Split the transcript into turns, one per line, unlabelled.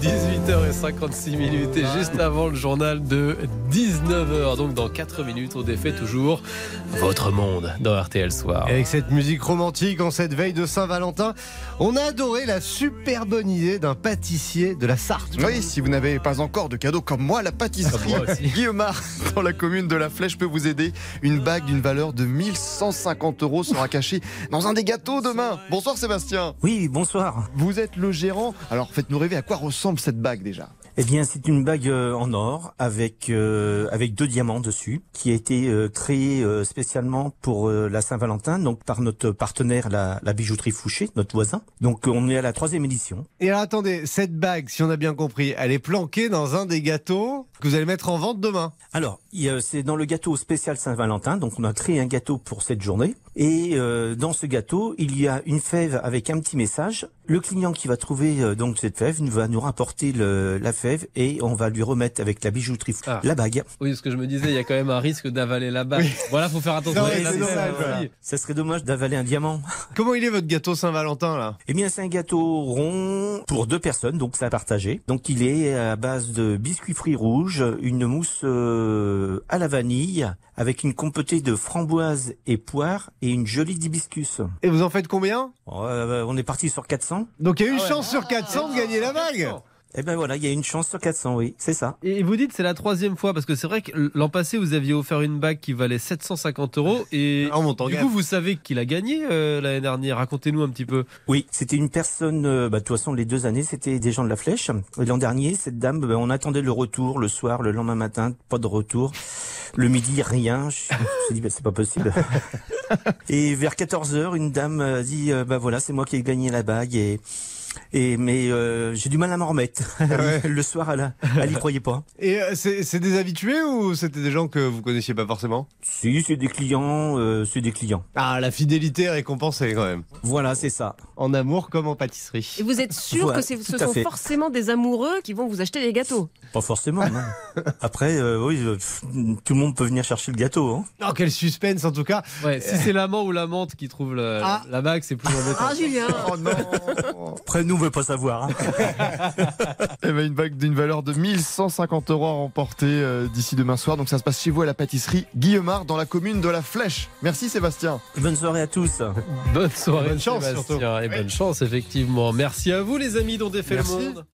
18h56 minutes et juste avant le journal de 19h. Donc dans 4 minutes, on défait toujours votre monde dans RTL Soir.
Et avec cette musique romantique en cette veille de Saint-Valentin, on a adoré la super bonne idée d'un pâtissier de la Sarthe.
Oui, si vous n'avez pas encore de cadeau comme moi, la pâtisserie
Moi aussi.
Guillemard dans la commune de La Flèche peut vous aider. Une bague d'une valeur de 1150 euros sera cachée dans un des gâteaux demain. Bonsoir Sébastien.
Oui, bonsoir.
Vous êtes le gérant. Alors faites-nous rêver à quoi ressemble cette bague déjà.
Eh bien, c'est une bague euh, en or avec euh, avec deux diamants dessus, qui a été euh, créée euh, spécialement pour euh, la Saint-Valentin, donc par notre partenaire la, la bijouterie Fouché, notre voisin. Donc, euh, on est à la troisième édition.
Et alors attendez, cette bague, si on a bien compris, elle est planquée dans un des gâteaux que vous allez mettre en vente demain.
Alors, il y a- c'est dans le gâteau spécial Saint-Valentin, donc on a créé un gâteau pour cette journée. Et euh, dans ce gâteau, il y a une fève avec un petit message. Le client qui va trouver euh, donc cette fève va nous rapporter le- la fève et on va lui remettre avec la bijouterie Fouché
Ah.
la bague.
Oui, ce que je me disais, il y a quand même un risque d'avaler la bague. Voilà, faut faire attention.
Non,
Ouais,
mais
c'est
c'est
ça,
dommage,
voilà. ça serait dommage d'avaler un diamant.
Comment il est votre gâteau Saint-Valentin là
Eh bien, c'est un gâteau rond pour deux personnes, donc c'est à partager. Donc, il est à base de biscuits fruits rouges, une mousse euh, à la vanille, avec une compotée de framboises et poires et une jolie d'hibiscus.
Et vous en faites combien
Euh, on est parti sur 400.
Donc il y
Ah
a une chance sur 400 de gagner la bague.
Eh ben voilà, il y a une chance sur 400, oui, c'est ça.
Et vous dites c'est la troisième fois parce que c'est vrai que l'an passé vous aviez offert une bague qui valait 750 euros et
En montant
du
gaffe.
coup vous savez qu'il a gagné euh, l'année dernière. Racontez-nous un petit peu.
Oui, c'était une personne, euh, bah, de toute façon, les deux années, c'était des gens de la flèche. Et L'an dernier, cette dame, bah, on attendait le retour le soir, le lendemain matin, pas de retour. Le midi, rien. Je je me suis dit, bah, c'est pas possible. Et vers 14h, une dame euh, dit, euh, bah voilà, c'est moi qui ai gagné la bague. Et, et mais euh, j'ai du mal à m'en remettre. le soir, elle, a- elle y croyait pas.
Et euh, c'est c'est des habitués ou c'était des gens que vous connaissiez pas forcément
Si, c'est des clients, euh, c'est des clients.
Ah, la fidélité est récompensée quand même.
Voilà, c'est ça.
En amour comme en pâtisserie.
Et vous êtes sûr
Voilà,
que c'est- ce
tout à
sont
fait.
forcément des amoureux qui vont vous acheter des gâteaux
Pas forcément. non. Après, euh, oui, euh, pff, tout le monde peut venir chercher le gâteau. Hein.
Oh, quel suspense en tout cas.
Ouais, si c'est l'amant ou l'amante qui trouve le-
Ah.
la bague, c'est plus embêtant.
Ah Julien
Oh non
Après, nous, on veut pas savoir. hein.
Eh ben, Une bague d'une valeur de 1150 euros à remporter euh, d'ici demain soir. Donc ça se passe chez vous à la pâtisserie Guillemard dans la commune de La Flèche. Merci Sébastien.
Bonne soirée à tous.
Bonne soirée,
Bonne chance,
Sébastien, Et bonne chance, effectivement. Merci à vous, les amis, dont défait le
Merci.
monde.